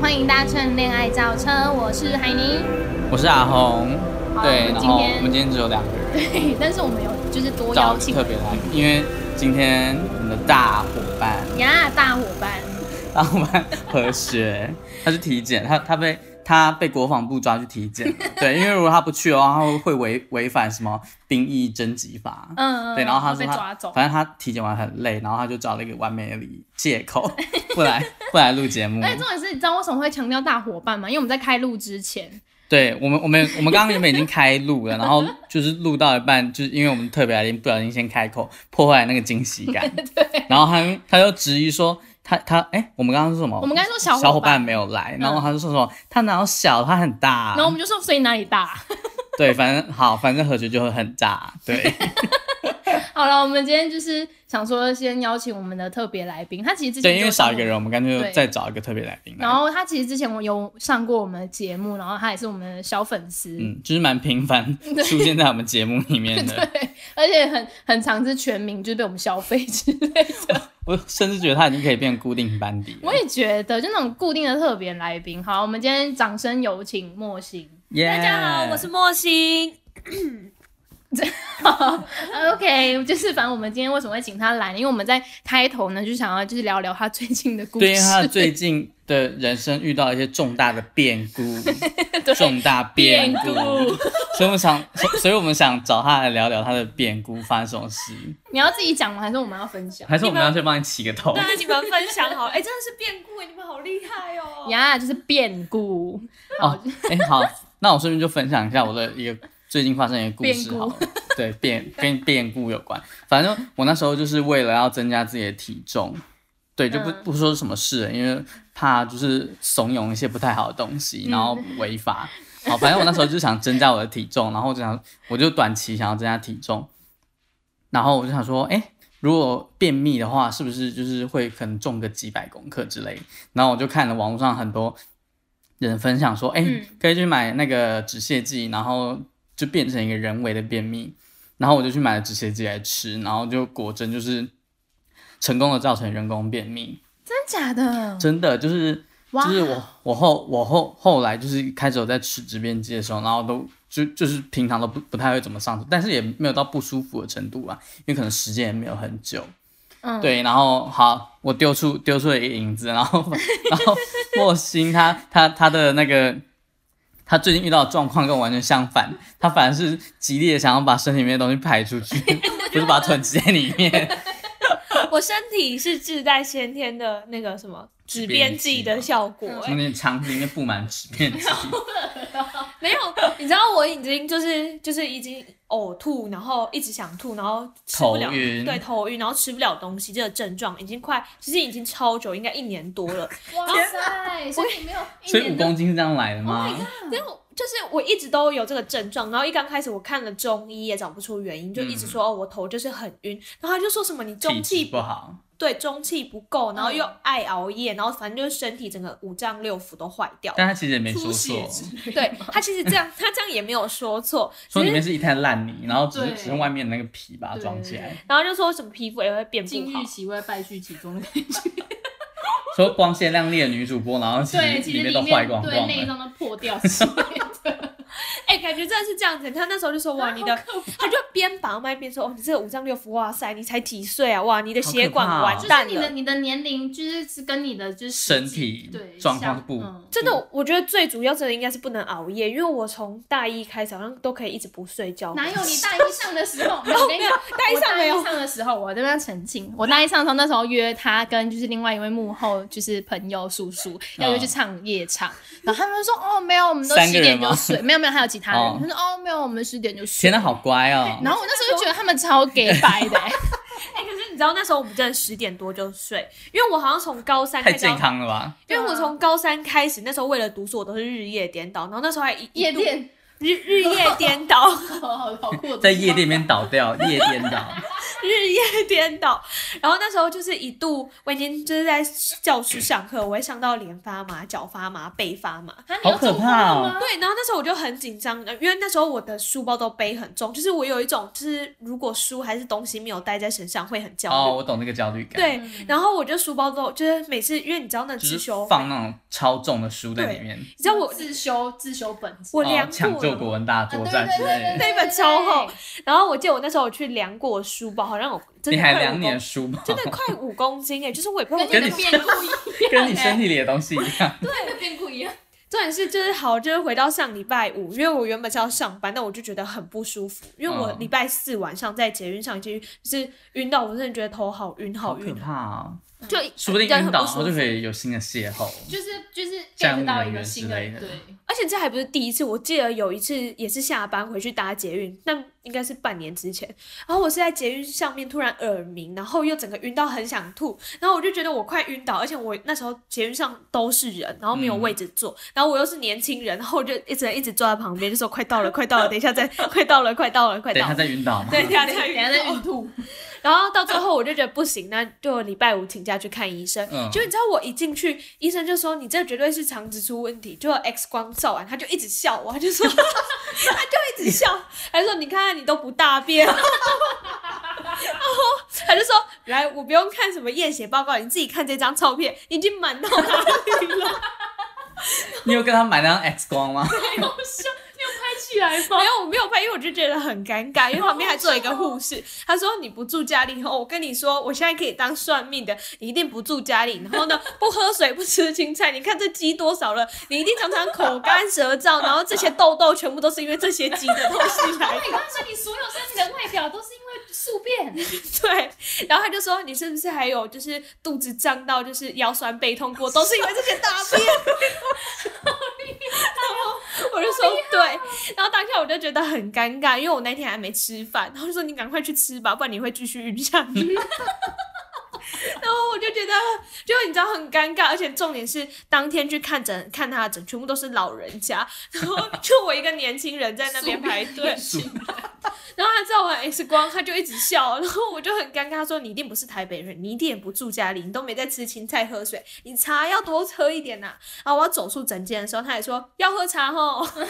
欢迎搭乘恋爱轿车，我是海宁。我是阿红，好我对，们然今后天我们今天只有两个人，对， 但是我们有就是多找邀请特别来宾，因为今天我们的大伙伴，呀大伙伴，大伙伴何学，他去体检，他他被他被国防部抓去体 检，对，因为如果他不去的话，他会违违反什么兵役征集法，嗯，嗯对，然后他被说抓他走，反正他体检完很累，然后他就找了一个完美的理借 口不来不来录节目而。且哎重点是，你知道为什么会强调大伙伴吗？因为我们在开录之前，对我们我们我们刚刚原本已经开录了，然后就是录到一半，就是因为我们特别来宾不小心先开口，破坏了那个惊喜感。 对，然后他他又质疑说他他哎、我们刚刚说什么？我们刚才说小小伙伴伙没有来，嗯然后他就说什么、他哪有小，他很大然。后我们就说，所以哪里大？ 对，反正好，反正何学就会很大。对， 好了，我们今天就是想说，先邀请我们的特别来宾，他其实之前对，因为就上少一个人，我们干脆对就再找一个特别来宾过，来然。后他其实之前我有上过我们的节目，然后他也是我们的小粉丝，嗯，就是蛮频繁出现在我们节目里面 的，对，而且很很常是全民就是被我们消费之类的。我甚至觉得他已经可以变固定班底了。我也觉得，就那种固定的特别来宾。好，我们今天掌声有请莫欣。 Yeah 大家好，我是莫欣。 OK，就是 反正我们今天为什么会请他来呢？因为我们在开头呢，就想要就是聊聊他最近的故事。对，因为他最近的人生遇到一些重大的变故， 对重大变变故所以我们想，所以所以我们想找他来聊聊他的变故发生什么事，你要自己讲吗？还是我们要分 享？还是我们干脆帮你起个头对？啊，你们分享好，哎、真的是变故，你们好厉害哦！呀就是变故。哦，哎、好，那我顺便就分享一下我的一个最近发生的一个故变事故好了。对，变跟变故有关。反正我那时候就是为了要增加自己的体重，对，就不、嗯不说什么事了，因为怕就是怂恿一些不太好的东西，然后嗯违法。好，反正我那时候就想增加我的体重，然后我就想，我就短期想要增加体重，然后我就想说，哎、如果便秘的话，是不是就是会可能重个几百公克之类？然后我就看了网络上很多人分享说，哎、嗯可以去买那个止泻剂，然后就变成一个人为的便秘。然后我就去买了止泻剂来吃，然后就果真就是成功的造成人工便秘，真假的？真的就是嗯哇就是我我后我后后来就是开始有在吃直便剂的时候，然后都就就是平常都不不太会怎么上厕，但是也没有到不舒服的程度啊，因为可能时间也没有很久。嗯对，然后好，我丢出丢出了一个影子，然后 然后莫欣他他他的那个。他最近遇到的状况跟我完全相反，他反而是极力的想要把身体里面的东西排出 去，不是把它囤积在里面。我身体是自带先天的那个什么纸便边剂剂吗的效果、哎那肠子里面布满纸片纸，没有，你知道我已经就是就是已经呕吐，然后一直想吐，然后吃不了头晕，对头晕，然后吃不了东西，这个症状已经快，其实已经超久，应该一年多了。哇塞，所以你没有一所以五点都哦公斤是这样来的吗然后就是我一直都有这个症状，然后一刚开始我看了中医也找不出原因，就一直说、哦我头就是很晕，然后他就说什么你中体质气不好，对中气不够，然后嗯又爱熬夜，然后反正就是身体整个五脏六腑都坏掉。但他其实也没说出错血，之类的对他其实这样，他这样也没有说错， 说只里是面是一滩烂泥，然后只是对只是外面那个皮把它装起对来，然后就说什么皮肤也会变金不好玉。其外，败絮其中的感觉。说光鲜亮丽的女主播，然后其对，实其里实面里都坏面光对光内了。脏都破掉之类的。哎、感觉真的是这样子。他那时候就说哇，你的，他就边把脉边说哦，你这个五脏六腑，哇塞，你才几岁啊？哇，你的好血可管怕哦完就就是是蛋你了的。你的年龄，就是是跟你的就是身实际体对状况相不嗯真的，我觉得最主要真的应该是不能熬夜，因为我从大一开始好像都可以一直不睡觉。哪有你大一上的时候？ 没有我跟你讲，大一哦上没有我大一上的时候，我这边要澄清，我大一上的时候那时候约他跟就是另外一位幕后就是朋友叔叔嗯要约去唱夜场，然后他们就说哦没有，我们都三十个人点吗就 睡，没有没有，还有其他人，哦他说哦没有，我们十点就睡天。哪，好乖哦！然后我那时候就觉得他们超给白 的、欸，哎、可是你知道那时候我们真的十点多就睡，因为我好像从高三太开始健，康了吧？因啊为我从高三开始，那时候为了读书我都是日夜颠倒，然后那时候还一夜，一店度日日夜颠倒， 好好好过，在夜店里面倒掉，夜颠倒，日夜颠倒。然后那时候就是一度，我已经就是在教室上课，我会上到脸发麻、脚发麻、背发麻。啊你有好可中风怕了哦吗对，然后那时候我就很紧张，呃因为那时候我的书包都背很重，就是我有一种就是如果书还是东西没有带在身上会很焦虑。哦，我懂那个焦虑感，，对，嗯然后我就书包都就是每次，因为你知道那就自是修，放那种超重的书在对里面，你知道我自修自修本子我啊量哦，过抢救国文大对啊作对战对之类对对，的，那本超厚然后我记得我那时候我去量过我书包，好像我真你的还快量五你的公书包，真的快五公斤哎、就是我也不知道跟跟你你的变故 一样，跟你身体里的东西一样，对，跟变故一样，重点是就是好，就是回到上礼拜五，因为我原本是要上班，但我就觉得很不舒服，因为我嗯礼拜四晚上在捷运上去就是晕到，我真的觉得头好晕好好可晕，啊怕哦！就说不定人晕很倒，不然后舒就服。可以有新的邂逅。就是就是站务 get 到人一员个新之类的对，而且这还不是第一次，我记得有一次也是下班回去搭捷运，那应该是半年之前，然后我是在捷运上面突然耳鸣，然后又整个晕到很想吐，然后我就觉得我快晕倒，而且我那时候捷运上都是人，然后没有位置坐，然后我又是年轻人，然后我就一直一直坐在旁边，就说快到了，快到了，等一下再， 快到了，快到了，快等一到下了。再晕倒嘛，对，等一下等再一下晕在倒孕吐，然后到最后我就觉得不行，那就礼拜五请假去看医生。嗯就你知道我一进去，医生就说你这绝对是肠子出问题，就 X 光照完，他就一直笑我，他就说 他就一直笑，他就说你看看你都不大便， 然后他就说来我不用看什么验血报告，你自己看这张照片已经满到哪里了。 你有跟他买那张 X 光 吗？太好笑，你有拍起来 吗没？有，我没有拍，因为我就觉得很尴尬，因为旁边还坐了一个护士。他说：“你不住家里哦，我跟你说，我现在可以当算命的，你一定不住家里，然后呢，不喝水，不吃青菜，你看这鸡多少了，你一定常常口干舌燥，然后这些痘痘全部都是因为这些鸡的东 西来的。”对，他说你所有身体的外表都是因为宿便，对，然后他就说你是不是还有就是肚子胀到就是腰酸背痛过，都是因为这些大便。然后我就说对，然后当下我就觉得很尴尬，因为我那天还没吃饭，然后就说你赶快去吃吧，不然你会继续晕下去。 然后我就觉得，就你知道很尴尬，而且重点是当天去看诊，看他的诊全部都是老人家，然后就我一个年轻人在那边排队，然后他照完 X 光，他就一直笑，然后我就很尴尬，他说你一定不是台北人，你一定也不住家里，你都没在吃青菜喝水，你茶要多喝一点呐、啊然后我要走出诊间的时候，他也说要喝茶哦吼，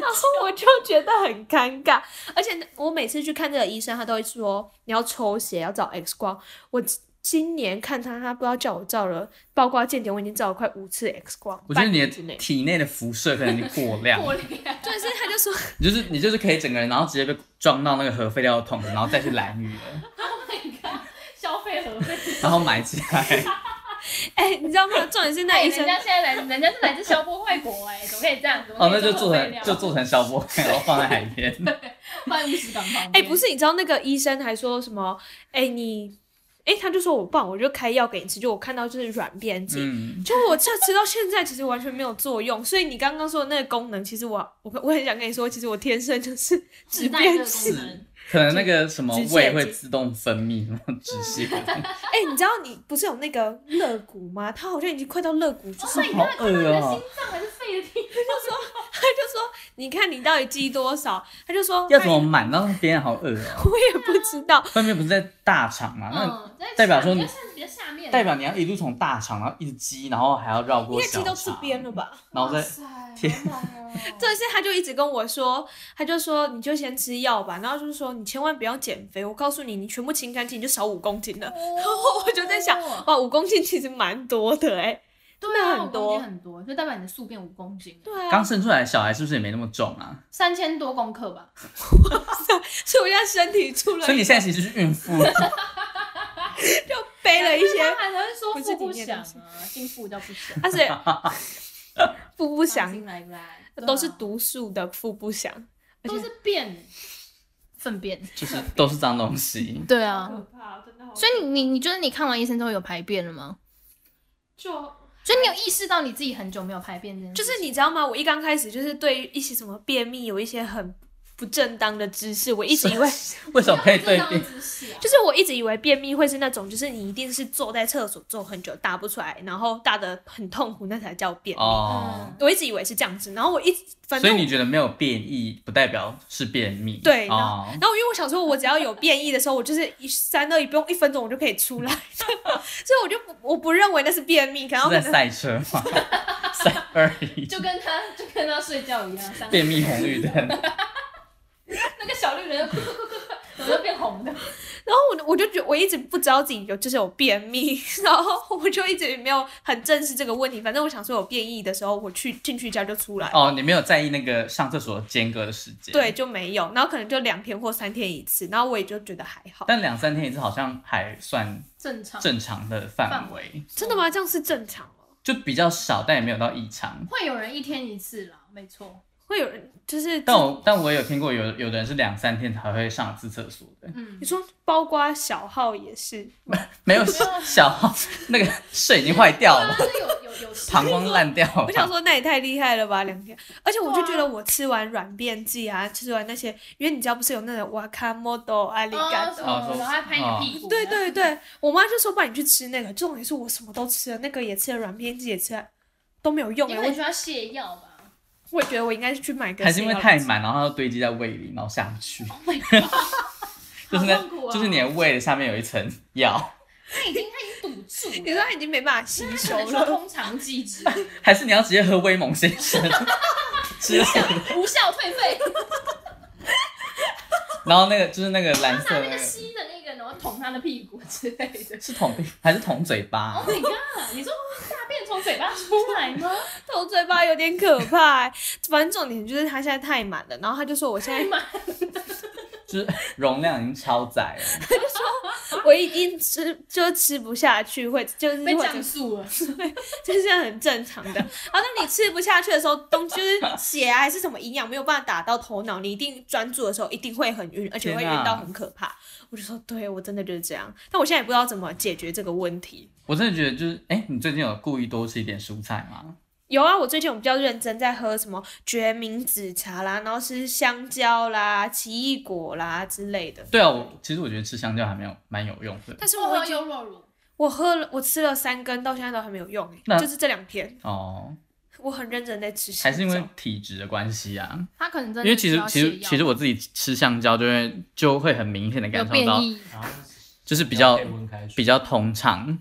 然后 我就觉得很尴尬，而且我每次去看这个医生，他都会说你要抽血，要照 X 光。我今年看他，他不知道叫我照了，包括健检，我已经照了快五次 X 光，我觉得半你年之的内，体内的辐射可能已经过 量，我脸 就是他就说你就是你就是可以整个人，然后直接被装到那个核废料桶，然后再去拦雨了，，Oh 消费何非？然后埋起 来。 哎、你知道吗？重点 是那哎医人生。家现在来，人家是来自消波坏国哎，怎么可以这样？怎么哦，可那以就这么做废成料 就做成消波块，然后放在海边。放在乌石港旁边。哎、不，是，你知道那个医生还说什么？哎、你，哎、他就说我棒，我就开药给你吃。就我看到就是软便剂，嗯，就我这吃到现在其实完全没有作用。所以你刚刚说的那个功能，其实我我我很想跟你说，其实我天生就是自直带这便个功剂。能，可能那个什么直胃线会进自动分泌那种止泻， 哎、你知道你不是有那个肋骨吗？他好像已经快到肋骨，就是、好恶你的哦心、脏还是肺的地方。 他就说，你看你到底积多少？他就说要怎么哎满到那边？好恶哦、我也不知道。分泌不是在大肠嘛？那嗯，在代表说下你比较下比较下面，代表你要一路从大肠，然后一直积，然后还要绕应过该小积肠，到这边哦了吧？然后哇再 塞，贴好猛 哦这是他就一直跟我说，他就说你就先吃药吧，然后就是说你千万不要减肥，我告诉你，你全部清干净你就少五公斤了。 然后我就在想哇，五公斤其实蛮多的哎、对啊，那五很公多斤很多，就代表你的宿便五公斤，对刚啊，生出来的小孩是不是也没那么重啊？三千多公克吧。所以我现在身体出了所以你现在其实是孕妇，就背了一些 他，还会说不是腹不里面的详东啊，进腹叫不详， 而且腹 不不详来不来，都是对啊毒素的腹不详，而都且是便粪便，就是都是脏东西。 对啊。哦怕，真的好所以你你你觉得你看完医生之后有排便了吗？就所以你有意识到你自己很久没有排便这件事就是你知道吗？我一刚开始就是对于一些什么便秘有一些很不正当的姿势，我一直以为为什么可以对这比样？子写啊就是我一直以为便秘会是那种，就是你一定是坐在厕所坐很久大不出来，然后大的很痛苦，那才叫便秘。哦，嗯我一直以为是这样子，然后我一直嗯反所以正你觉得没有变异，不代表是便秘。对，然后、哦，然后因为我想说，我只要有变异的时候，我就是一三二一，不用一分钟我就可以出来， 所以我就不我不认为那是便秘，可能是在可赛能车吗？ 赛二一，就跟他就跟他睡觉一样，上便秘红绿灯。那个小绿人哭哭哭哭，怎么变红的？然后我我就觉我一直不知道自己有就是有便秘， 然后我就一直没有很正视这个问题。反正我想说有变异的时候，我去进去一下就出来，哦，你没有在意那个上厕所间隔的时间。对，，就没有。然后可能就两天或三天一次，然后我也就觉得还好。但两三天一次好像还算正常正常的范围，真的吗？这样是正常哦？就比较少，但也没有到异常。会有人一天一次啦，没错。会有人就是但我但我有听过有有的人是两三天才会上一次厕所的，嗯你，说包括小号也是，没有啊小号那个肾已经坏掉了对，啊，是有有 有事膀胱烂掉了。我想说那也太厉害了吧，两天。而且我就对啊觉得我吃完软便剂啊，吃完那些，因为你知道不是有那种瓦卡莫多阿里嘎哦，多。什么然后还拍你的屁股，对对对，我妈就说不然你去吃那个，重点是我什么都吃了，那个也吃了，软便剂也吃了，都没有用你哎、可能我需要泻药吧？我也觉得我应该是去买个。还是因为太，满，然后它就堆积在胃里，然后下不去， 就是那？Oh 好痛苦，啊就是你的胃的下面有一层药，他已经他已经堵住你说了，它已经没办法吸他收可 能需要了。通肠剂之还是你要直接喝威猛先生之类的，无效退费，然后那个就是那个蓝色拿的那个那个吸的那个，然后捅他的屁股之类的。是捅还是捅嘴巴、 Oh my god！你说大便从嘴巴出来吗？头嘴巴有点可怕、欸，反正重点就是它现在太满了，然后他就说我现在 就是容量已经超载了。我已经吃就吃不下去，会就是被会降速了，就是很正常的。然后当你吃不下去的时候，东就是血啊还是什么营养没有办法打到头脑，你一定专注的时候一定会很晕，而且会晕天啊到很可怕。我就说，对我真的就是这样，但我现在也不知道怎么解决这个问题。我真的觉得就是，哎、你最近有故意多吃一点蔬菜吗？有啊，我最近我比较认真在喝什么决明子茶啦，然后是香蕉啦、奇异果啦之类的。对啊，我其实我觉得吃香蕉还没有蛮有用的。但是我我喝已经优酪哦乳，我喝了，我吃了三根，到现在都还没有用、那欸，就是这两天哦，我很认真在吃香还蕉。是因为体质的关系啊，他可能真的因为需其实要泻其实药其实我自己吃香蕉就会就会很明显的有感受变到，异，然后就是比较配温开水比较通畅。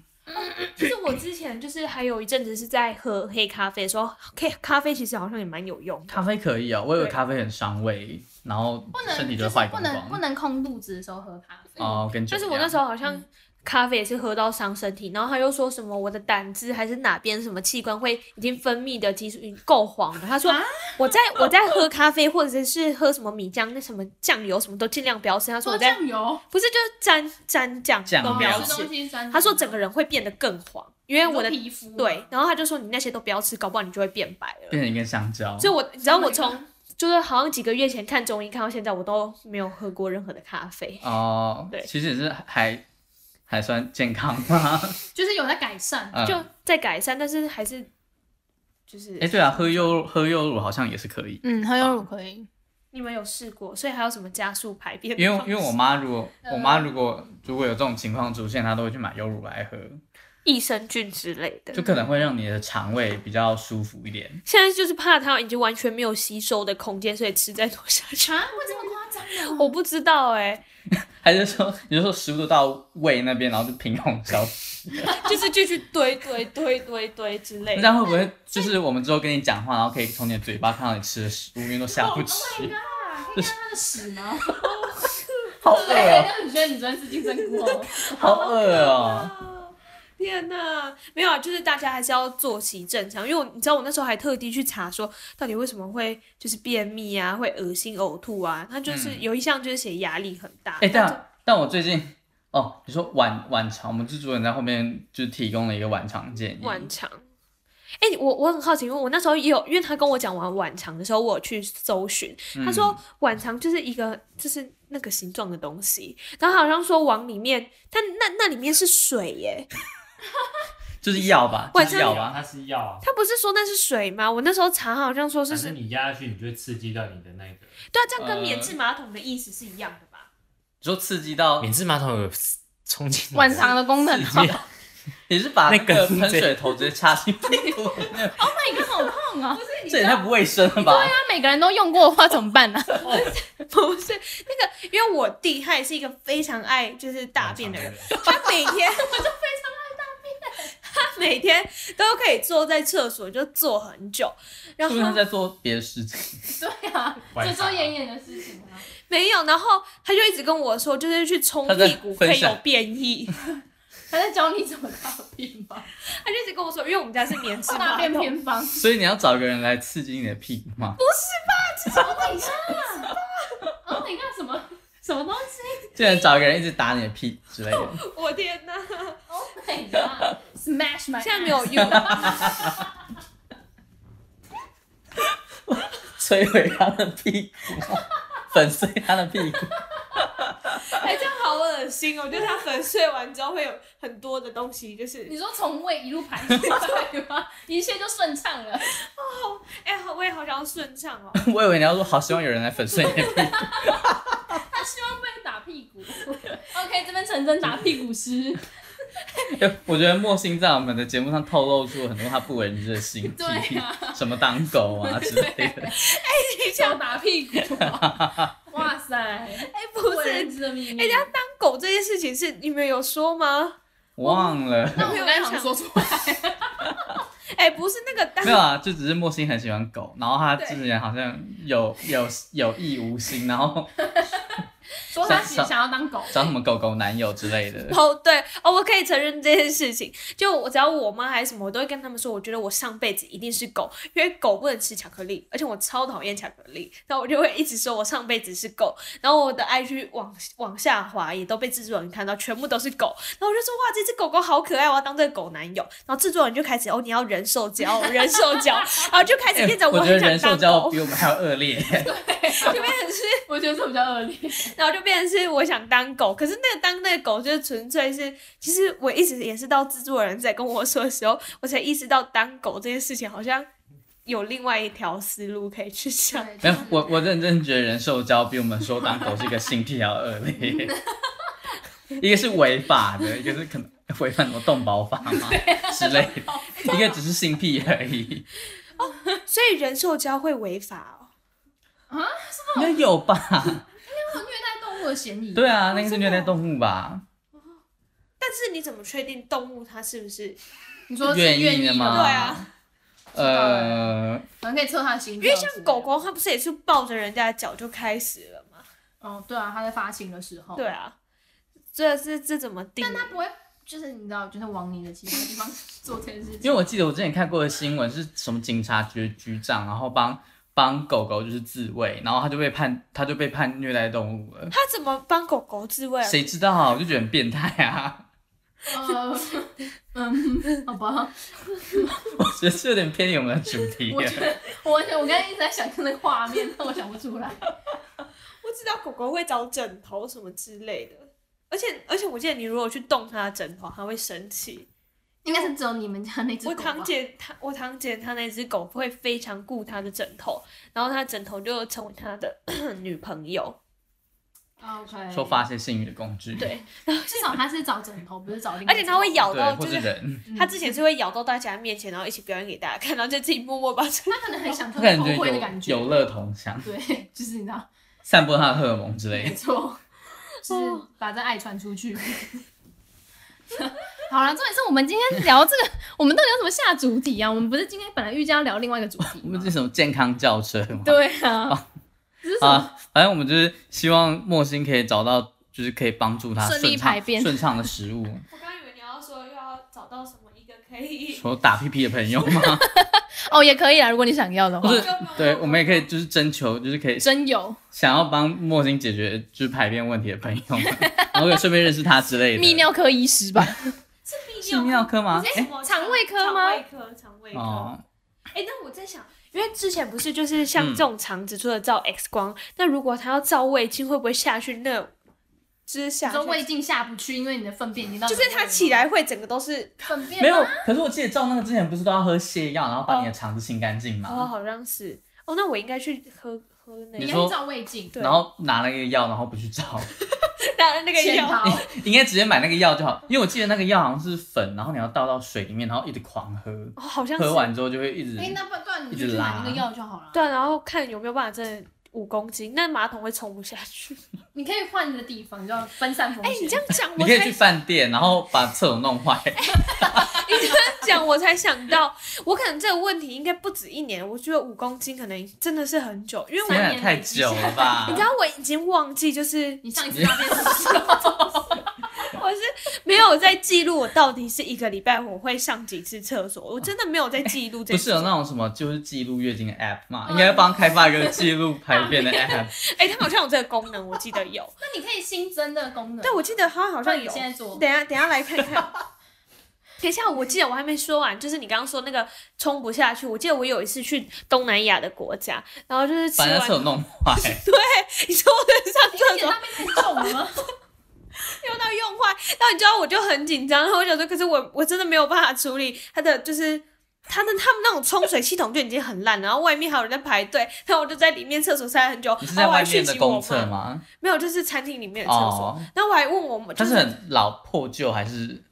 就是我之前就是还有一阵子是在喝黑咖啡的时候，黑咖啡其实好像也蛮有用的。咖啡可以哦，我以为对咖啡很伤胃，然后不身体能就就会是坏不光能不光。能空肚子的时候喝咖啡。哦，跟但是我那时候候好像咖啡也是喝到伤身体，然后他又说什么我的胆汁还是哪边什么器官会已经分泌的激素已经够黄了。他说啊我在我在喝咖啡或者是喝什么米浆那什么酱油什么都尽量不要吃。他说说我在酱油，不是就是沾沾酱酱都不料要吃东吃。西是酸。他说整个人会变得更黄，因为我的皮肤啊对，，然后他就说你那些都不要吃，搞不好你就会变白了。变成一根香蕉，所以我，你知道 Oh my 我从就是好像几个月前看中医看到现在，我都没有喝过任何的咖啡。哦对，其实也是还还算健康嘛。就是有在改善。嗯就在改善，但是还是就是哎、对啊，喝优喝优乳好像也是可以，嗯，喝优酪乳可以。你们有试过，所以还有什么加速排便的因为方式？因为我妈如果呃我妈如果如果有这种情况出现，她都会去买优乳来喝，益生菌之类的就，可能会让你的肠胃比较舒服一点。现在就是怕它已经完全没有吸收的空间，所以吃再多下去。啊，会这么夸张吗？我不知道哎、还是说你就说食物都到胃那边，然后就平衡消化，就是继续堆堆堆堆堆之那类这的。样会不会就是我们之后跟你讲话，然后可以从你的嘴巴看到你吃的食物，因为都下不去，啊，Oh 可以看他的屎吗？好对，饿哦，那你觉得你昨天吃金针菇哦？好饿哦。天呐，没有啊，就是大家还是要作息正常，因为我你知道我那时候还特地去查说，到底为什么会就是便秘啊，会恶心呕吐啊，它就是嗯有一项就是写压力很大。哎、但但但我最近哦，你说晚晚肠，我们制作人在后面就提供了一个晚肠建议，晚肠。哎、我我很好奇，因为我那时候也有，因为他跟我讲完晚肠的时候，我有去搜寻，他说嗯晚肠就是一个就是那个形状的东西，然后好像说往里面，但那那里面是水耶，就是药吧，晚就是上要药啊，吧。它是药啊。他不是说那是水吗？我那时候查好像说是但是是，你压下去，你就会刺激到你的那个。对啊，这样跟呃免治马桶的意思是一样的吧？你说刺激到免治马桶有冲进晚上的功能好，Oh 你是把那那个个喷水头直接插 进屁股，那你好胖啊！不是这也太不卫生了吧？啊那每个人都用过的话怎么办呢、 不是那个，因为我弟他也是一个非常爱就是大便的人，啊他每天 我就非常爱大便，他每天都可以坐在厕所就坐很久，说然后明他在做别的事情。对啊，遮遮掩掩的事情啊，没有，然后他就一直跟我说，就是去冲他在屁股可以分享有便意，他在教你怎么大便吧？他就一直跟我说，因为我们家是免治大马便桶，偏方，所以你要找一个人来刺激你的屁股吗？哦然后你看 Oh 什么什么东西就能找一个人一直打你的屁股之类的。我天哪， ？Oh my god! Smash my！现在没有 用，摧毁他的屁股，粉碎他的屁股。哎，这样好恶心哦！我觉得它粉碎完之后会有很多的东西，就是你说从胃一路排出来吗？一切就顺畅了。哎、好我也好想要顺畅哦。 我以为你要说好希望有人来粉碎你的屁股， 他希望被打屁股。OK，这边陈真打屁股师。 因为 我觉得莫欣在我们的节目上透露出很多他不为人知的 心机，对啊什么当狗啊之类的。想打屁 股、哇塞！哎、不是人知的秘密。哎、家当狗这件事情是你们有说吗？我忘了，那我刚才想说出来，哎、不是那个当没有啊，就只是莫欣很喜欢狗，然后他之前好像有有有意无心，然后 说他其实想要当狗。找什么狗狗男友之类 的。 哦，对哦，我可以承认这件事情。就我只要我妈还是什么，我都会跟他们说，我觉得我上辈子一定是狗，因为狗不能吃巧克力，而且我超讨厌巧克力。然后我就会一直说我上辈子是狗，然后我的 IG 往往下滑也都被制作人看到，全部都是狗。然后我就说哇，这只狗狗好可爱，我要当这个狗男友。然后制作人就开始哦，你要人兽交，人兽 交，然后就开始变成哎我觉得很人想兽当交狗，比我们还要恶劣， 就变成是我觉得这比较恶劣。然后就变成是我想当狗，可是那个当那个狗就是纯粹是，其实我一直也是到制作人在跟我说的时候，我才意识到当狗这件事情好像有另外一条思路可以去想。没有，我我认真觉得人兽交比我们说当狗是一个性癖还要恶 劣，一个是违法的，一个是可能违反什么动保法嘛啊之类的，一个只是性癖而已，所以人兽交会违法哦。应该有吧？有虐待动物的嫌疑。对啊，那个是虐待动物吧？但是你怎么确定动物它是不是？你说是愿愿意的吗？对啊，呃，可能可以测他的心因跳。为像狗，狗它不是也是抱着人家的脚就开始了吗？哦，对啊，它在发情的时候，对，啊，这这这怎么定？但它不会，就是你知道，就是往你的其他地方做这件事因情。为我记得我之前看过的新闻是什么警察局局长，然后帮帮狗狗就是自卫，然后他就被判他就被判虐待动物了，它怎么帮狗狗自卫啊？谁知道啊？我就觉得很变态啊。 呃， 嗯， 好吧，我觉得是有点偏离我们的主题我觉了。得我我刚才一直在想看那个画面，但我想不出来。我知道狗狗会找枕头什么之类的，而且而且我记得你如果去动它的枕头，它会生气。应该是只有你们家那只我狗吧？堂姐她我堂姐她那只狗会非常顾它的枕头，然后它枕头就成为它的 女朋友。啊 OK，说发泄性欲的工具，哎对，至少他是找枕头，不是找另外而一只狗。且它会咬对，到，或就是是人，嗯，它之前是会咬到大家面前，然后一起表演给大家看，然后就自己默默把 枕他可能很享他受 可能后就悔的感是觉，有有乐同享，对，就是你知道，散播他的荷尔蒙之类没的。 错，就是把这爱传出去。好了，重点是我们今天聊这个，我们到底有什么下主题啊？我们不是今天本来预计要聊另外一个主题我们吗这？什哦么健康轿车吗？ 对啊，这是什么？啊，反正我们就是希望莫欣可以找到，就是可以帮助他顺顺利排畅便顺畅的食物。 我刚以为你要说又要找到什么一个可以，说打屁屁的朋友 吗？哦，也可以啊，如果你想要的 不话，是，对，我们也可 以就是征求，就是可以真有想要帮莫欣解决就是排便问题的朋友们， 然后可以顺便认识他之类的。泌尿科医师吧？是泌尿科吗？什么肠胃科吗肠胃科，肠胃科。哦，哎、那我在想，因为之前不是就是像嗯这种肠子除了照 X 光，那如果他要照胃镜，会不会下去那就是下你说胃镜下不去，因为你的粪便已经到。就是它起来会整个都是粪便没吗有，可是我记得照那个之前不是都要喝泻药，然后把你的肠子清干净哦，嘛？好像是哦，那我应该去喝喝那嗯你 你个说要去照胃镜，对然后拿了一个药，然后不去照， 那那个潜药，逃。应该直接买那个药就好，因为我记得那个药好像是粉，然后你要倒到水里面，然后一直狂喝，哦，好像是喝完之后就会一直哎，那不然你一就直去拉买那个药就好了。对啊，然后看有没有办法真的五公斤，那马桶会冲不下去。哎你可以换个地方，你知道分散风哎、险。你这 样讲， 你我可以去才饭店，然后把厕所弄坏。你这样讲，我才想到，我可能这个问题应该不止一年，我觉得五公斤可能真的是很久，因为我天啊，年太累积久了吧？ 你知道我已经忘记，就是你上一次大便是不是？我是没有在记录我到底是一个礼拜我会上几次厕所，我真的没有在记录这嗯不件是事有情。那种什么就是记录月经的 app 嘛？应该帮开发一个记录排便 的 app。哎、它好像有这个功能，我记得 有，那你可以新增的功能。但我记得它好好像你有。现在做。等一下，等一下来 看看。等一下，我记得我还没说完，就是你刚刚说那个冲不下去。我记得我有一次去东南亚的国家，然后就是吃把人完家厕，所弄坏，你说我在上厕你所大便太重了吗？用到用坏，然后你知道我就很紧张，然后我想说，可是我我真的没有办法处理它的就是。它的他们那种冲水系统就已经很烂了，然后外面还有人在排队，然后我就在里面厕所塞很久。你是然在后我还外面讯的息我公厕妈？吗？没有，就是餐厅里面的厕所。哦，然后我还问我妈，就它是是很老破旧还是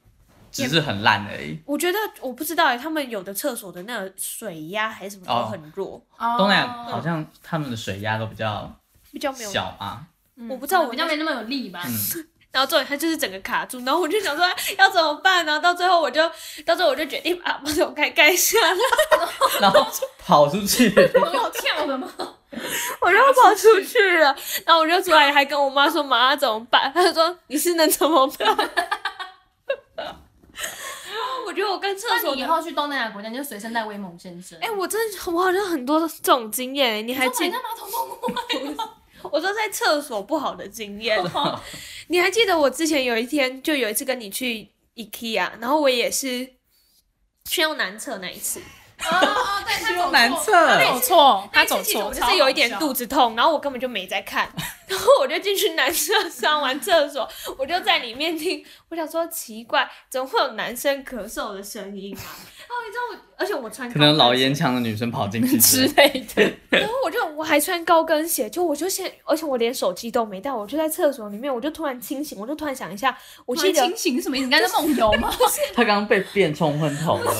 只是很烂而已？我觉得我不知道哎，他们有的厕所的那个水压还是什么都哦很弱，东南哦亚好像他们的水压都比较比较没有。小嘛，嗯我不知道我比较没那么有力吧。 嗯，然后最后它就是整个卡住，然后我就想说要怎么办呢？到最后我就到最后我就决定把马桶盖盖下来，然后跑出去，很好跳的吗？我就跑出去了。然后我就出来还跟我妈说妈怎么办？她就说你是能怎么办？ 我觉得我跟厕那所你以的，后去东南亚国家，你就随身带威猛先生。哎、我真的我好像很多这种经验哎，你还记你干嘛偷偷摸 我说在厕所不好的经验。 摸？哦你还记得我之前有一天，就有一次跟你去 IKEA，然后我也是去用男厕那一次，哦哦，对，他走男错厕走错，他那一走次其实错，我就是有一点肚子。子痛，然后我根本就没在看， 然后我就进去男厕上完厕所，我就在里面听，我想说奇怪，怎么会有男生咳嗽的声音啊？然后你知道我，而且我穿可能有高跟老鞋烟枪的女生跑进去 之，类的，然后我就我还穿高跟鞋，就我就先，而且我连手机都没带，我就在厕所里面，我就突然清醒，我就突然想一下，我记得清醒是什么意思？你刚才在梦游吗？她刚刚被便冲昏头了，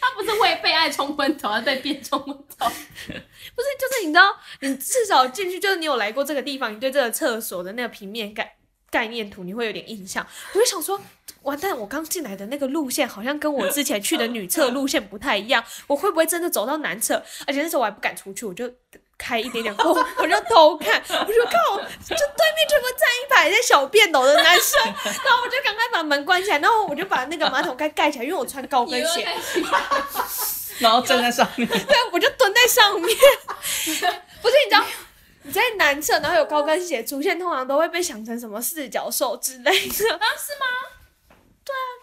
他不是为被爱冲昏头，而被变冲昏头。不是，就是你知道，你至少进去，就是你有来过这个地方，你对这个厕所的那个平面概概念图，你会有点印象。我就想说，完蛋，我刚进来的那个路线好像跟我之前去的女厕路线不太一样，我会不会真的走到男厕？而且那时候我还不敢出去，我就。开一点点后， 我就偷看，我说靠，就对面这么站一排在小便斗的男生，然后我就赶快把门关起来，然后我就把那个马桶盖盖起来，因为我穿 高跟鞋，然后站在上面，对，啊我就蹲在上面。不是你知道，啊你在男厕，然后有高跟鞋出现，通常都会被想成什么四角兽之类的啊？是 吗？对啊，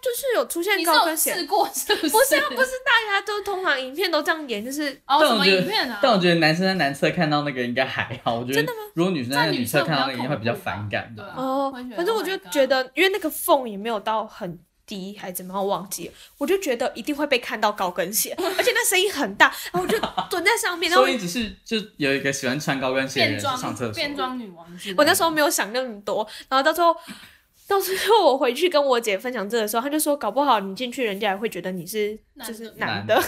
就是有出现你是高有跟鞋。试过是不是？不是啊，不是大家都通常影片都这样演，就是哦，但什我么觉影得片啊？但我觉得男生在男厕看到那个应该还好，我觉得如果女生在女厕看到那个应该会比较反感对吧。啊哦会觉，得反正 Oh 我就 my God 觉得，因为那个缝也没有到很低，还怎么样，我忘记了，我就觉得一定会被看到高 跟鞋，而且那声音很大，然后我就蹲在上面，然后所以只是就有一个喜欢穿高跟鞋的变人去上厕装所，变装女王是？我那时候没有想那么多，然后到最后，到最后我回去跟我姐分享这个时候，她就说，搞不好你进去，人家也会觉得你是男就的是男男的。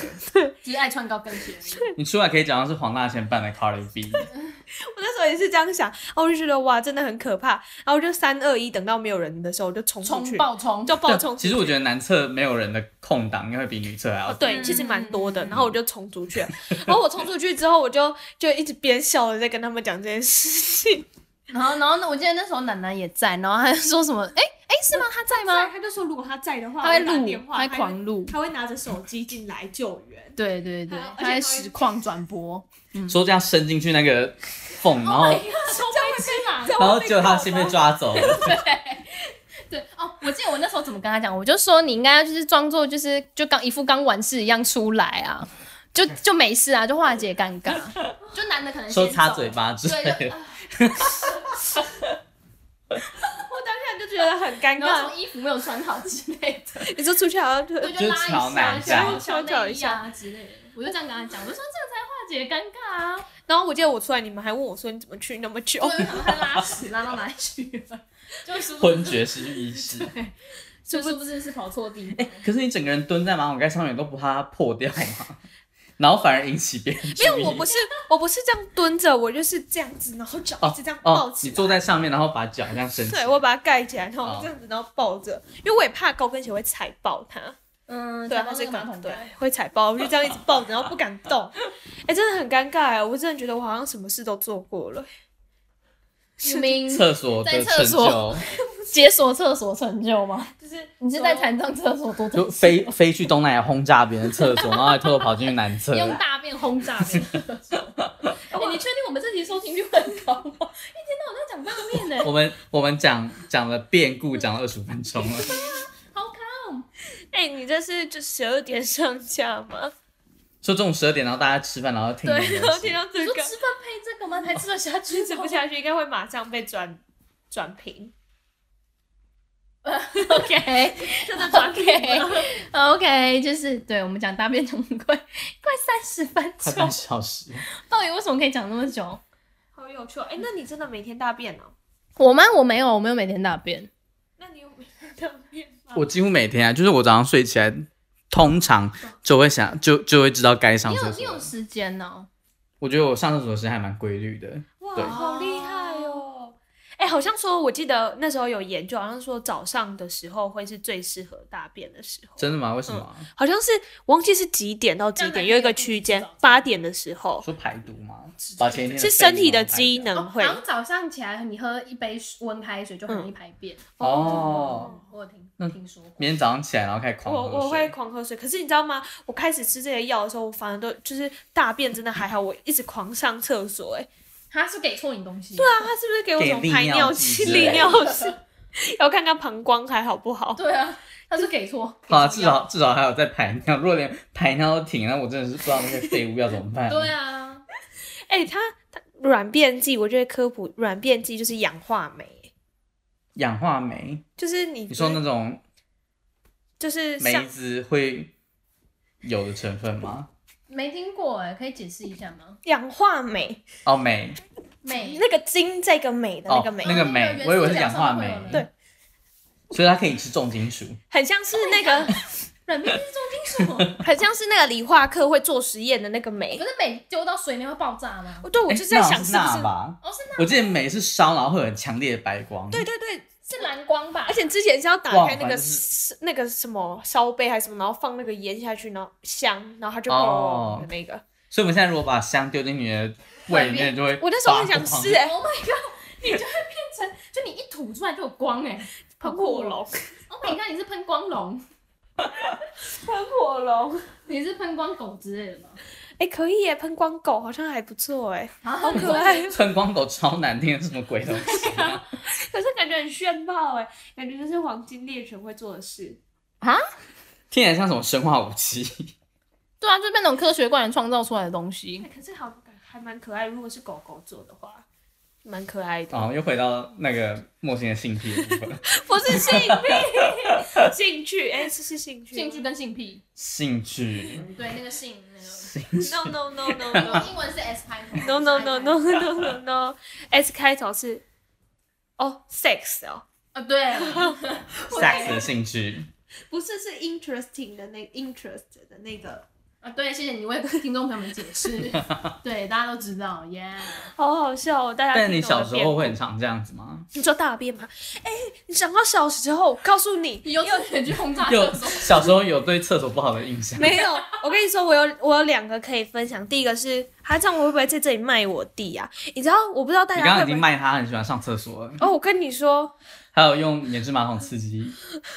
只是爱穿高跟鞋而已。你出来可以讲到是黄大仙扮的 Cardi B， 我那时候也是这样想，然后我就觉得哇，真的很可怕。然后我就三二一，等到没有人的时候，我就冲出冲去，爆冲！就暴冲。其实我觉啊得男厕没有人的空档应该会比女厕还要哦， 多。对，嗯其实蛮多的。然后我就冲出去，然后我冲出去之后，我就就一直边笑着在跟他们讲这件事 情。然后，然后呢？我记得那时候奶奶也在，然后她就说 什么？哎哎，是吗？她在吗？他就说，如果他在的话她会录，她会狂录。他会拿着手机进来救援。对对对还有，而她且她会会实况转播。说这样伸进去那个缝，然哦哎后啊然后就他先被抓走了，对哦，我记得我那时候怎么跟他讲，我就说你应该就是装作就是就刚一副刚完事一样出来啊，就就没事啊，就化解尴尬。就男的可能说先擦走 嘴巴之对，类就的。我当下就觉得很尴然后尬。从衣服没有穿好之类的，你说出去好像就对，就是就拉朝一南下，下敲敲敲一一下下之类的。我就这样跟他讲，我就说这样才化解尴尬啊，然后我记得我出来，你们还问我说你怎么去那么久？我想他拉屎拉到哪里去了，就殊不昏厥失忆式。就殊不知是跑错地哎方。 可是你整个人蹲在马桶盖上面，都不怕它破掉吗？然后反而引起别人注没有，意我不是，我不是这样蹲着，我就是这样子，然后脚一哦直这样抱哦，起你来。坐在上面，然后把脚这样伸起来 对，，我把它盖起来，然哦后这样子，然后抱着，因为我也怕高跟鞋会踩爆它。嗯，对，啊然它后那是个一个马桶对盖，会踩爆，我就这样一直抱着，然后不敢动。哎、真的很尴尬哎，我真的觉得我好像什么事都做过了。明明厕所的在厕成就所，解锁厕所成就吗？就是你是在残障厕所多就飞飞去东南亚轰炸别人厕所，然后还偷偷跑进去男厕。用大便轰炸别人的 厕所？哎你确定我们这集收听率会很高吗？一天 到晚在讲大便呢、 我们我们讲讲了变故，讲了二十分钟了。好看。哎、你这是就十二点上架 吗？就中午十二点，然后大家吃饭，然后听你对，们然东后西听到你这说个，吃饭配这个吗？才吃得 下去吃吗不下去，应该会马上被转转评， ？OK 真的转评 OK OK，就是对我们讲大便总共快快三十分快半钟，小时。到底为什么可以讲那么久？好有趣哦！哎、那你真的每天大便哦？我吗？我没有，我没有每天大便。那你有每天大便吗？我几乎每天啊，就是我早上睡起来，通常就会想，就就会知道该上你有厕你所有了。时间哦呢、我觉得我上厕所的时间还蛮规律的。对哇，好厉害哦！哎、好像说，我记得那时候有研究，好像说早上的时候会是最适合大便的时候。真的吗？为什么啊？好像是我忘记是几点到几当点，然有一个区间可以自己，八点的时候说排毒吗？把前一天是身体的废物机排掉能会然后哦早上起来你喝一杯温开水就很容易排便。嗯嗯哦。嗯我有听听说过。明天早上起来，然后开始我狂喝水我会狂喝水，可是你知道吗？我开始吃这些药的时候，我反而都就是大便真的还好，我一直狂上厕所、哎，他是给错你东西。对啊，他是不是给我给什么利排尿尿剂器、 之利类尿剂？要看看膀胱还好不好。对啊，他是给错。好啊，给至错药少至少还有在排尿。如果连排尿都停，那我真的是不知道那些废物要怎么办。对啊，哎、它它软便剂，我觉得科普软便剂就是氧化酶，哎氧化酶，就是你你说那种就是梅像子会有的成分吗？没听过哎，可以解释一下吗？氧化酶，哦，酶，美那个金这个酶的那哦个酶，，那个酶，我以为是氧化酶。对，所以它可以吃重金属。很像是那个。 软便是重金属，很像是那个理化课会做实验的那个不酶。是每丢到水里面会爆炸吗？对， 我诶就在哎那好想像是是不钠是？吧？哦，是那我记得酶是烧，然后会有很强烈的白光。对对对，是蓝光吧而？且之前是要打哇开那反个正是那个什么烧杯还是什么，然后放那个盐下去，然后香，然后它就哦哦的那个。所以我们现在如果把香丢进你的胃里面，就会我那时候很想吃发哎， Oh my god！你就会变成，就你一吐出来就有光哎、喷火龙， Oh my god！你是喷光龙，喷火龙，你是喷光狗之类的吗？ 哎可以耶，喷光狗好像还不错哎，好可爱， 光。喷光狗超难听，什么鬼东西？可是感觉很炫炮哎，感觉就是黄金猎犬会做的事。听起来像什么生化武器。对啊，就是那种科学怪人创造出来的东西哎，。可是好还蛮可爱，如果是狗狗做的话，蛮可爱 的。哦，又回到那个莫欣的性癖的部分，不是性癖， 兴趣，哎、是是兴趣，兴趣跟性癖，兴趣。 对那个性那个。 ，no no no no no 英文是 S 开头 no no no no no no no，S 开头是，哦，sex 哦，啊，对， sex 的兴趣，不是是 interesting 的那 interest 的那个，啊对，谢谢你为听众朋友们解 释，对，大家都知道耶。好好笑哦，大家。但你小时候会，很常这样子 吗？你说大便吗？哎、你想到小时候，我告诉你，你幼稚园去轰炸有厕所，小时候有对厕所不好的印象？没有，我跟你说，我有我有两个可以分享，第一个是，他这样我会不会在这里卖我弟啊？你知道，我不知道大你家刚刚会已不经会。卖他很喜欢上厕所了，哦，我跟你说，还有用免治马桶刺激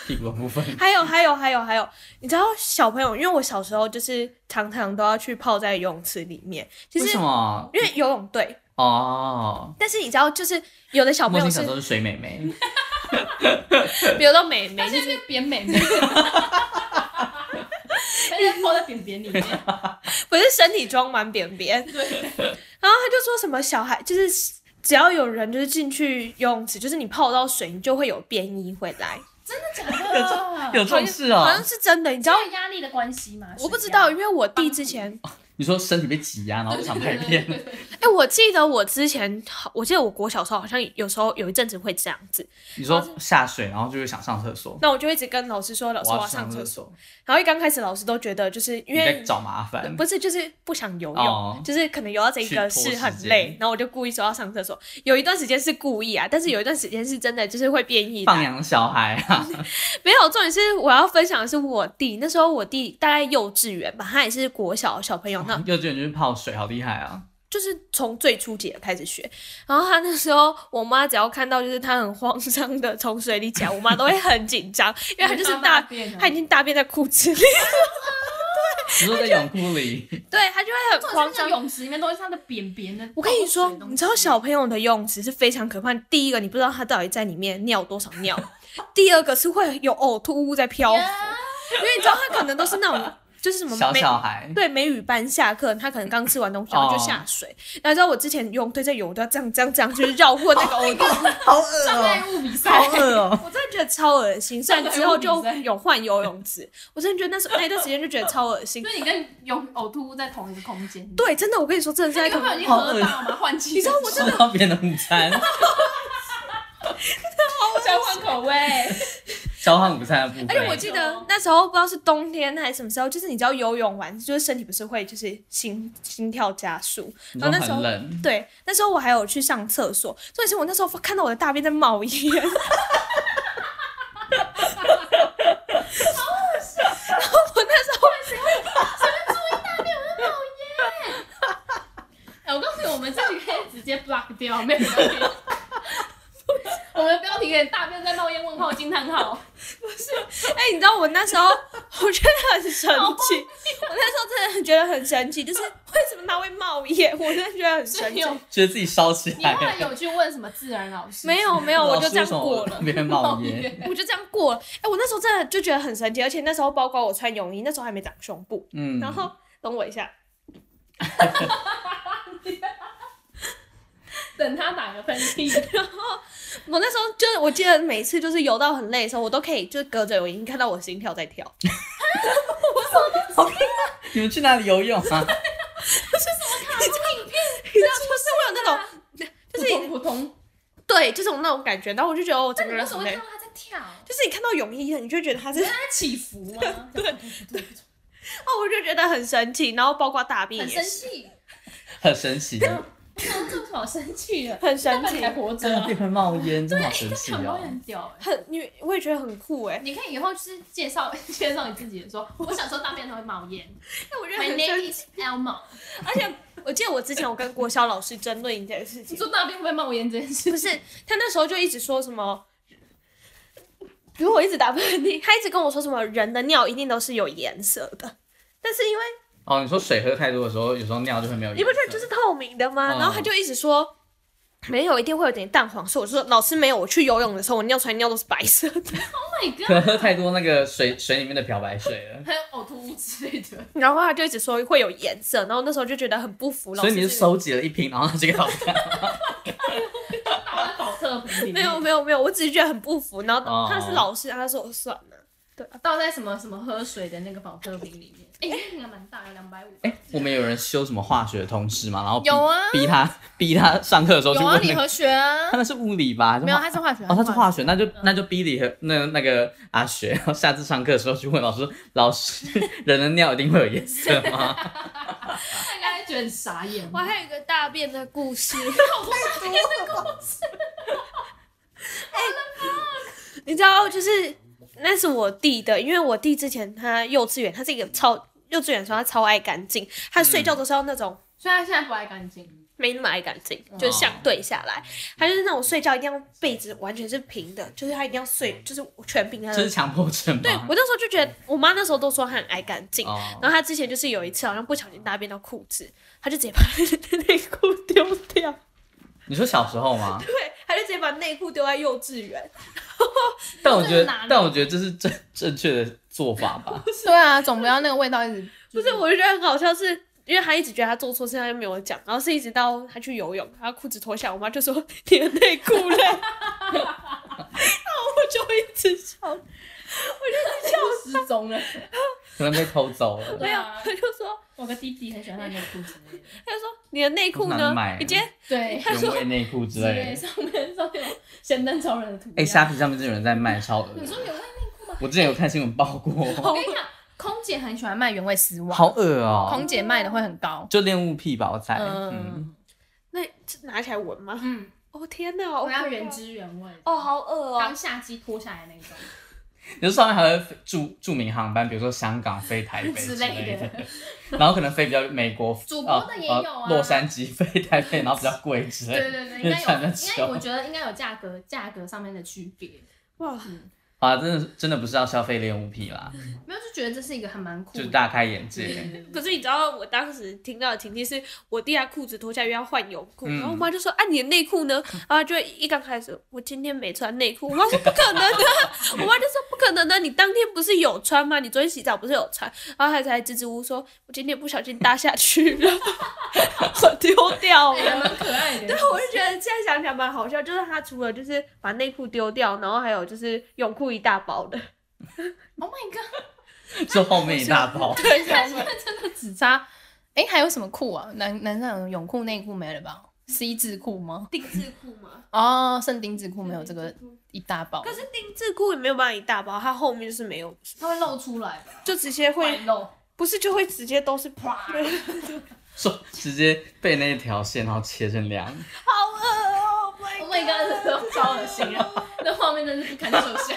屁股的部分。还有还有还有还有，你知道小朋友，因为我小时候就是常常都要去泡在游泳池里面，其为实什么？因为游泳队，哦，但是你知道，就是啊有的小朋莫友欣是小时候是水妹妹，比如到美眉他，现在变扁美眉，他现在泡在扁扁里 面，不是身体装满扁扁，对，然后他就说什么小孩就是。只要有人就是进去游泳池，就是你泡到水，你就会有变异回来， 有这种事好哦像？是真的。你知只道，要有压力的关系嘛？我不知水压道，因为我弟之前，你说身体被挤压，然后长排便， 哎、我记得我之前，我记得我国小时候好像有时候有一阵子会这样子，你说下水，然后就会想上厕所，那我就一直跟老师说，老师我要要上厕所。所，然后一刚开始老师都觉得就是因你在为找麻烦。不是，就是不想游泳，哦就是可能游到这一个是很去拖累时间，然后我就故意说要上厕所。有一段时间是故意啊，但是有一段时间是真的就是会变异的。放养小孩啊， 没有，重点是我要分享的是我弟，那时候我弟大概幼稚园吧，他也是国小的小朋友，那幼稚园就是泡水，好厉害啊！就是从最初级的开始学。然后他那时候，我妈只要看到就是他很慌张的从水里起来，我 妈都会很紧张，因为他就是大，啊他已经大便在裤子里，你说在泳裤 里，对他就会很重慌点是那张个。泳池里面都是它的扁扁的。我跟你说泡水的，东西你知道小朋友的游泳池是非常可怕。第一个，你不知道他到底在里面尿多少 尿；第二个是会有呕吐物在漂浮，因为你知道他可能都是那 种就是什么小没小孩，对美语班下课，他可能刚吃完东西，然后就下水。哦然后你知道我之前游泳队在游，我都要这样这样这样，就是绕过 那个呕吐物，好恶障碍哦，物比赛好，恶哦，我真的觉得超恶心。虽然之后就有换游泳池，我真的觉得那时候那一段时间就觉得超恶心就。是你跟有呕吐物在同一个空间。对，真的，我跟你说，真的是在那可根怕本已经喝到嘛，换气。你知道我 吃到别人的午餐，想换口味，交换午餐的部分。而且我记得那时候不知道是冬天还是什么时候，就是你知道游泳完，就是身体不是会就是心心跳加速，你然说哦后那时候很冷，对，那时候我还有去上厕所，所以是我那时候看到我的大便在冒烟，好恶心。然后我那时候哎我告诉你，我们这里可以直接 block 掉，没有人可以。我们的标题可以大便在冒烟，问号惊叹 号。哎、你知道我那时候，我觉得很神奇，我那时候真的很觉得很神奇，就是为什么它会冒烟，我真的觉得很神你奇。有，觉得自己烧起你后来来，有去问什么自然老师？没有没有，我就这样过了。别人冒烟，我就这样过了。哎、我那时候真的就觉得很神奇，而且那时候包括我穿泳衣，那时候还没长胸部。嗯，然后等我一下，等他打个喷嚏。我那时候就是我记得每次就是游到很累的时候，我都可以就是隔着泳衣看到我心跳在跳。你们去哪里游泳啊？ 你知道，就是啊会有那种，就是普通，对，就是有那种感觉。然后我就觉得我但整个你人为什很么会累看，到他在跳？就是你看到泳衣了，你就觉得它是，他在起伏 吗？哦，我就觉得很神奇。然后包括大便很也生是气，很神 奇，啊这好生气了，很神那奇你，还活真着的啊，变成冒烟，真的好神奇小猫哦！很屌哎。很你我也觉得很酷哎。你可以以后就是介绍介绍你自己的说，我小时候大便都会冒烟。但我觉得 My 很神 name 奇， is Elmo。而且我记得我之前我跟郭潇老师争论一件事你情，说大便会不会冒烟这件事？ 不是，他那时候就一直说什么，如果一直打喷嚏，他一直跟我说什么人的尿一定都是有颜色的，但是因为哦，你说水喝太多的时候，有时候尿就会没有颜色，你不觉得就是透明的吗？嗯然后他就一直说。没有，一定会有点淡黄色。我就说老师没有，我去游泳的时候，我尿出来尿都是白色的。 Oh my god！可能喝太多那个水水里面的漂白水 了。还有呕吐物之类的，然后他就一直说会有颜色，然后那时候就觉得很不服。老所师以你是收集了一瓶，然后拿这个老师看。倒在保特瓶里面没有没有没有，我只是觉得很不服。然后哦他是老师，他说我算了。倒在什么什么喝水的那个保特瓶里面。哎、那瓶还蛮大，有两百五。哎、我们有人修什么化学通识嘛？然后逼有啊逼他逼他上课的时候去有问、啊，那理个，和学啊他，那是物理吧？还是没有，化他是化学，哦，他是化学，那就那就逼理和那那个阿学，然后下次上课的时候去问老师， 老师人的尿一定会有颜色吗？大家觉得很傻眼。我还有一个大便的故 事，哎你知道，就是那是我弟的，因为我弟之前他幼稚园，他是一个超幼稚园的时候他超爱干净，他睡觉都是要那种虽然现在不爱干净，没那么爱干净，哦就是相对下来，他就是那种睡觉一定要被子完全是平的，就是他一定要睡就是全平的。这是强迫症吗？对我那时候就觉得，我妈那时候都说她很爱干净，哦，然后他之前就是有一次好像不小心大便到裤子，他就直接把 内裤丢掉，你说小时候吗？对，他就直接把内裤丢在幼稚园。但我觉这得是哪里，但我觉得这是正正确的做法吧。 对啊，总不要那个味道一直就 不是，我就觉得很好笑是。因为他一直觉得他做错事，他就没有讲，然后是一直到他去游泳，他裤子脱下，我妈就说你的内裤嘞， 然后我就一直笑，失踪了。可能被偷走了。没有，啊他就说，我个弟弟很喜欢他内裤之类的，他就说你的内裤很难呢买？你今天对，原味内裤之类的。上面都有神灯超人的图哎、案。虾皮上面就有人在卖，超恶你的。说原味内裤吗？我之前有看新闻报过，我跟你讲，空姐很喜欢卖原味丝袜，好恶哦、空姐卖的会很高。就恋物癖吧，我猜。嗯，嗯那这拿起来闻吗？嗯，哦天哪，我要好原可怕汁原味。哦，好恶哦当，下机脱下来那 种有时候上面还会飞著著名航班，比如说香港飞台北 之之类类的的，然后可能飞比较美国，主播的也有啊呃呃洛杉矶飞台北，然后比较贵之类对的。对对，应因为 该产有，能应该小我觉得应该有价格价格上面的区别，哇，啊，真的真的不是要消费恋物癖啦，没有就觉得这是一个还蛮酷就是的。大开眼对界。可是你知道我当时听到的情境是，我弟他裤子脱下来要换泳裤，嗯然后我妈就说：“啊，你的内裤呢？”然后就一刚开始，我今天没穿内裤。我妈说：“不可能的。” 我妈就说：“不可能的，你当天不是有穿吗？你昨天洗澡不是有穿？”然后他才支支吾吾说：“我今天不小心搭下去了， 我丢掉还了。”蛮可爱的对，， 我就觉得现在想起来蛮好笑，就是他除了就是把内裤丢掉，然后还有就是泳裤一大包的， Oh my god！就后面一大包，对，真的只差，哎、还有什么裤啊？男男生有泳裤、内裤没了吧？C 字裤吗？定制裤吗？哦，圣丁字裤没有这个一大包，可是定制裤也没有办法一大包，它后面就是没有，它会露出来吧？就直接会露，不是就会直接都是啪，好说直接被那条线然后切成两。饿哦 Oh my god！这 超恶心啊！那画面真是不堪设想，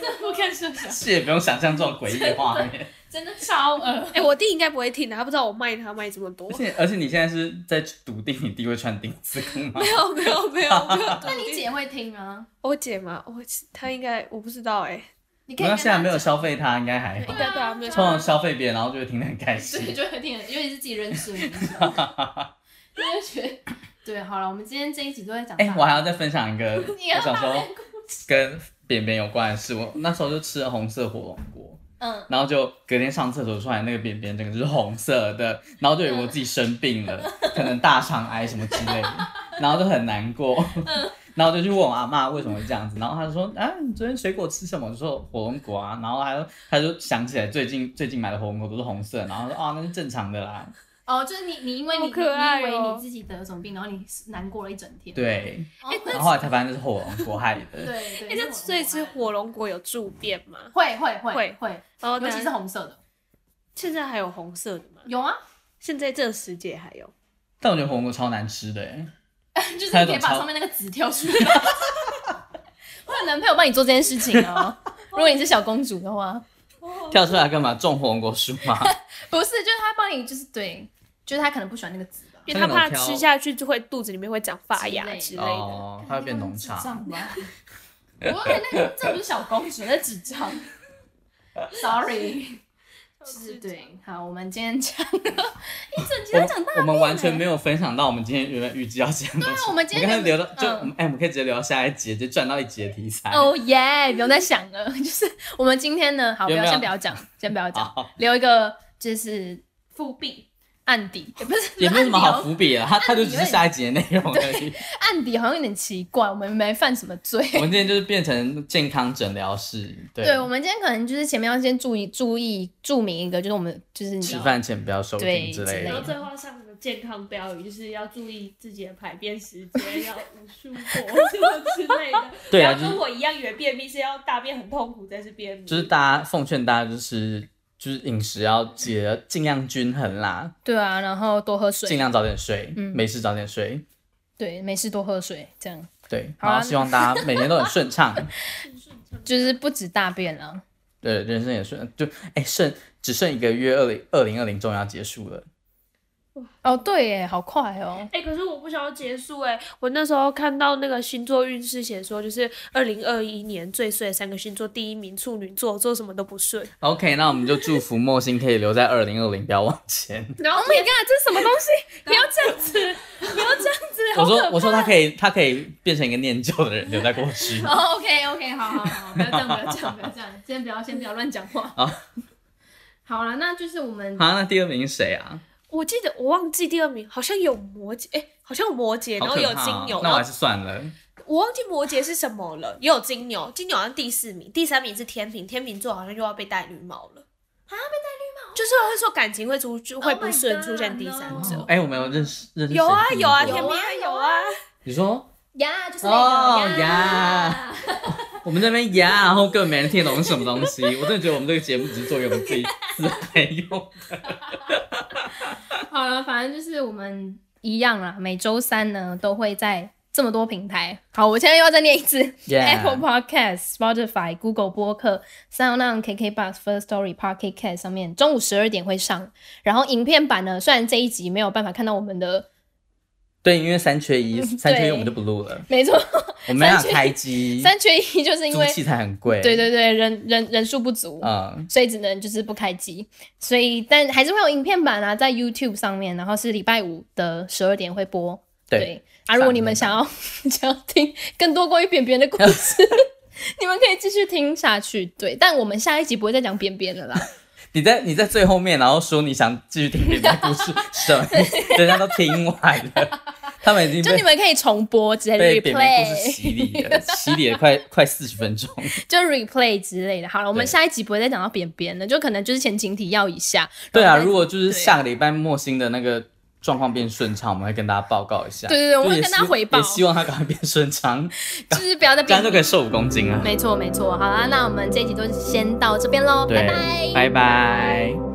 真的不堪设想，是也不用想象这种诡异的画面。真的超恶。 哎、我弟应该不会听的，他不知道我卖他卖这么多而。且而且你现在是在笃定你弟会穿丁字裤吗？ 没有没有没有没有。那你姐会听啊？ 我姐嘛，我她应该我不知道哎、你可以跟没关她系啊，没有讲消费他应该还好应。该对啊没有通常消费别人，然后就会听得很开对，心。就会听，尤其是自己认 识的人，就会觉得对。好了，我们今天这一集都在讲大哎、便。我还要再分享一个， 你要我想说跟便便有关的事。我那时候就吃了红色火龙果，嗯，然后就隔天上厕所出来，那个便便整个就是红色的，然后就以为我自己生病了， 可能大肠癌什么之类的，然后就很难过。嗯 然后就去问我阿妈为什么会这样子，然后她就说：“啊，你昨天水果吃什么？”我就说火龙果啊。然后她就她就想起来最近最近买的火龙果都是红色，然后说：“啊，那是正常的啦。哦，就是你，你因为你好可爱哦你以为你自己得了什么病，然后你难过了一整”天。对，哦，哎会然后后来才发现那是火龙果害的。对对，哎、那所以吃是火龙果有助便吗？会会会会哦啊会，然后尤其是呢红色的，现在还有红色的吗？有啊，现在这个时节还有？但我觉得火龙果超难吃的欸耶，就是它你有可以种把超上面那个纸挑出来。 我有男朋友帮你做这件事情哦，如果你是小公主的话，跳出来干嘛？种火龙果树吗？不是，就是他帮你，就是对，就是他可能不喜欢那个籽吧。因为他怕它那种挑吃下去就会肚子里面会长发芽 之之类类的。哦，它会变农智场。障吧？我感那个这不是小公主，那智障。Sorry，就是对。好，我们今天讲 了一整集在讲大我们完全没有分享到我们今天原本预计要讲的东西。我啊们今天刚才原留本到就我们哎，我们可以直接留到下一节，直接转到一节题材。哦耶，不用再想了。 就是我们今天呢，好，不有要没有啊先不要讲，先不要讲，好，留一个就是伏笔。案底哦也不是，也没有什么好不伏笔了，它它就只是下一节内容而已。是案底哦，案底好像有点奇怪，我们没犯什么罪。我们今天就是变成健康诊疗室，对，对，我们今天可能就是前面要先注意注意注明一个，就是我们就是你知吃道饭前不要收听对之类之类然后的。的最后上什么健康标语，就是要注意自己的排便时间，要无数过什么之类的。对啊，然就后跟是我一样，以为便秘是要大便很痛苦才是便秘，就是大家奉劝大家就是。就是饮食要记得尽量均衡啦，对啊，然后多喝水尽，量早点睡，嗯没事早点睡，对，没事多喝水，这样对，好啊然后希望大家每天都很顺畅， 就是不止大便了。对，人生也顺，就哎剩只剩一个月，二零二零二零终于要结束了，哦，对耶，好快哦！哎、可是我不想要结束哎、我那时候看到那个星座运势写说，就是二零二一年最衰的三个星座，第一名处女座做什么都不顺， OK，那我们就祝福莫欣可以留在二零二零，不要往前。然后 Oh my god，这是什么东 西？不要这样子！我说，我说他可以，他可以变成一个念旧的人，留在过去。 哦，OK OK，好好好，不要这样，不要这样，不要这 啊样，先不要，先不要乱讲话。好好了，那就是我们好，那第二名是谁啊？我记得我忘记第二名，好像有摩羯，哎、好像有摩羯，然好后可有怕金哦牛，那然我后还是算了。我忘记摩羯是什么了，也有金牛，金牛好像第四名，第三名是天平，天平座好像又要被戴绿帽了。啊，被戴绿帽？就是会说感情会出会不顺， God，出现第三者。 no 哎、我们有认识认识有啊谁有啊，听天过平啊还有有啊啊，你说呀，就是哦那个呀，我们这边呀，然后根本没人听得懂是什么东西。我真的觉得我们这个节目只是做给我们自己自嗨 用。好了，反正就是我们一样啦，每周三呢都会在这么多平台。好，我现在又要再念一次哎 Apple Podcast、Spotify、Google 播客、SoundOn、KKBox、First Story、Pocket Cast 上面，中午十二点会上。然后影片版呢，虽然这一集没有办法看到我们的，对，因为三缺 一，三缺一对我们就不录了，没错，我们要开机，三缺一就是因租为器材很贵。对，对对，人人人数不足。嗯，所以只能就是不开机，所以但还是会有影片版啊，在 YouTube 上面，然后是礼拜五的十二点会播。对，啊，如果你们想要 想要听更多关于便便的故事， 你们可以继续听下去。对，但我们下一集不会再讲便便 了啦。你在你在最后面，然后说你想继续听别人的故事，什么意思？人家都听完了，他们已经就你被们可以重播之类的被别人的故事 replay，洗礼了，洗礼了快快四十分钟。就 replay 之类的。好了，我们对下一集不会再讲到便便了，就可能就是前情提要一下。对然啊，后再如果就是对下个礼拜莫欣的那个状况变顺畅，我们会跟大家报告一下。对对对我们会也跟希大家回报也希望他赶快变顺畅，就是不要再 这便样就可以瘦五公嗯斤了。没错没错，好啦，那我们这一集就先到这边喽，对拜拜，拜拜